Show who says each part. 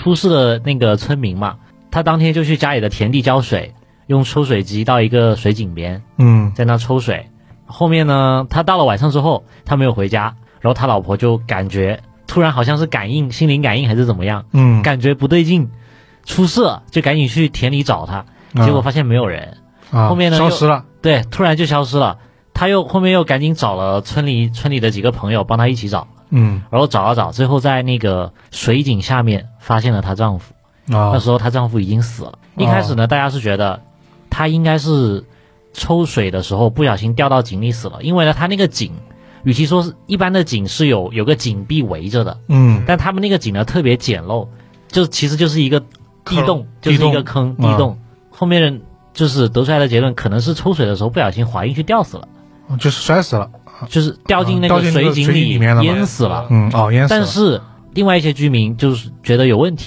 Speaker 1: 出事的那个村民嘛，他当天就去家里的田地浇水，用抽水机到一个水井边，
Speaker 2: 嗯
Speaker 1: 在那抽水。后面呢，他到了晚上之后，他没有回家，然后他老婆就感觉突然好像是感应，心灵感应还是怎么样，
Speaker 2: 嗯，
Speaker 1: 感觉不对劲，出事了，就赶紧去田里找他，
Speaker 2: 啊
Speaker 1: 结果发现没有人，
Speaker 2: 啊
Speaker 1: 后面呢
Speaker 2: 消
Speaker 1: 就
Speaker 2: 失了，
Speaker 1: 对，突然就消失了。他又后面又赶紧找了村里村里的几个朋友帮他一起找，
Speaker 2: 嗯
Speaker 1: 然后找啊找，最后在那个水井下面发现了她丈夫。那
Speaker 2: 啊
Speaker 1: 时候她丈夫已经死了。一
Speaker 2: 哦
Speaker 1: 开始呢，大家是觉得她应该是抽水的时候不小心掉到井里死了，因为呢，她那个井，与其说是一般的井是有有个井壁围着的，
Speaker 2: 嗯
Speaker 1: 但他们那个井呢特别简陋，就其实就是一个地
Speaker 2: 坑
Speaker 1: 洞，就是一
Speaker 2: 地
Speaker 1: 个
Speaker 2: 洞
Speaker 1: 坑
Speaker 2: 嗯
Speaker 1: 地洞。后面人就是得出来的结论，可能是抽水的时候不小心滑进去掉死了，
Speaker 2: 就是摔死了，嗯
Speaker 1: 就是掉进那
Speaker 2: 啊掉
Speaker 1: 个
Speaker 2: 进那
Speaker 1: 水
Speaker 2: 个
Speaker 1: 井
Speaker 2: 水井里面了嘛
Speaker 1: 淹死了。
Speaker 2: 嗯哦淹死了，
Speaker 1: 但是另外一些居民就是觉得有问题，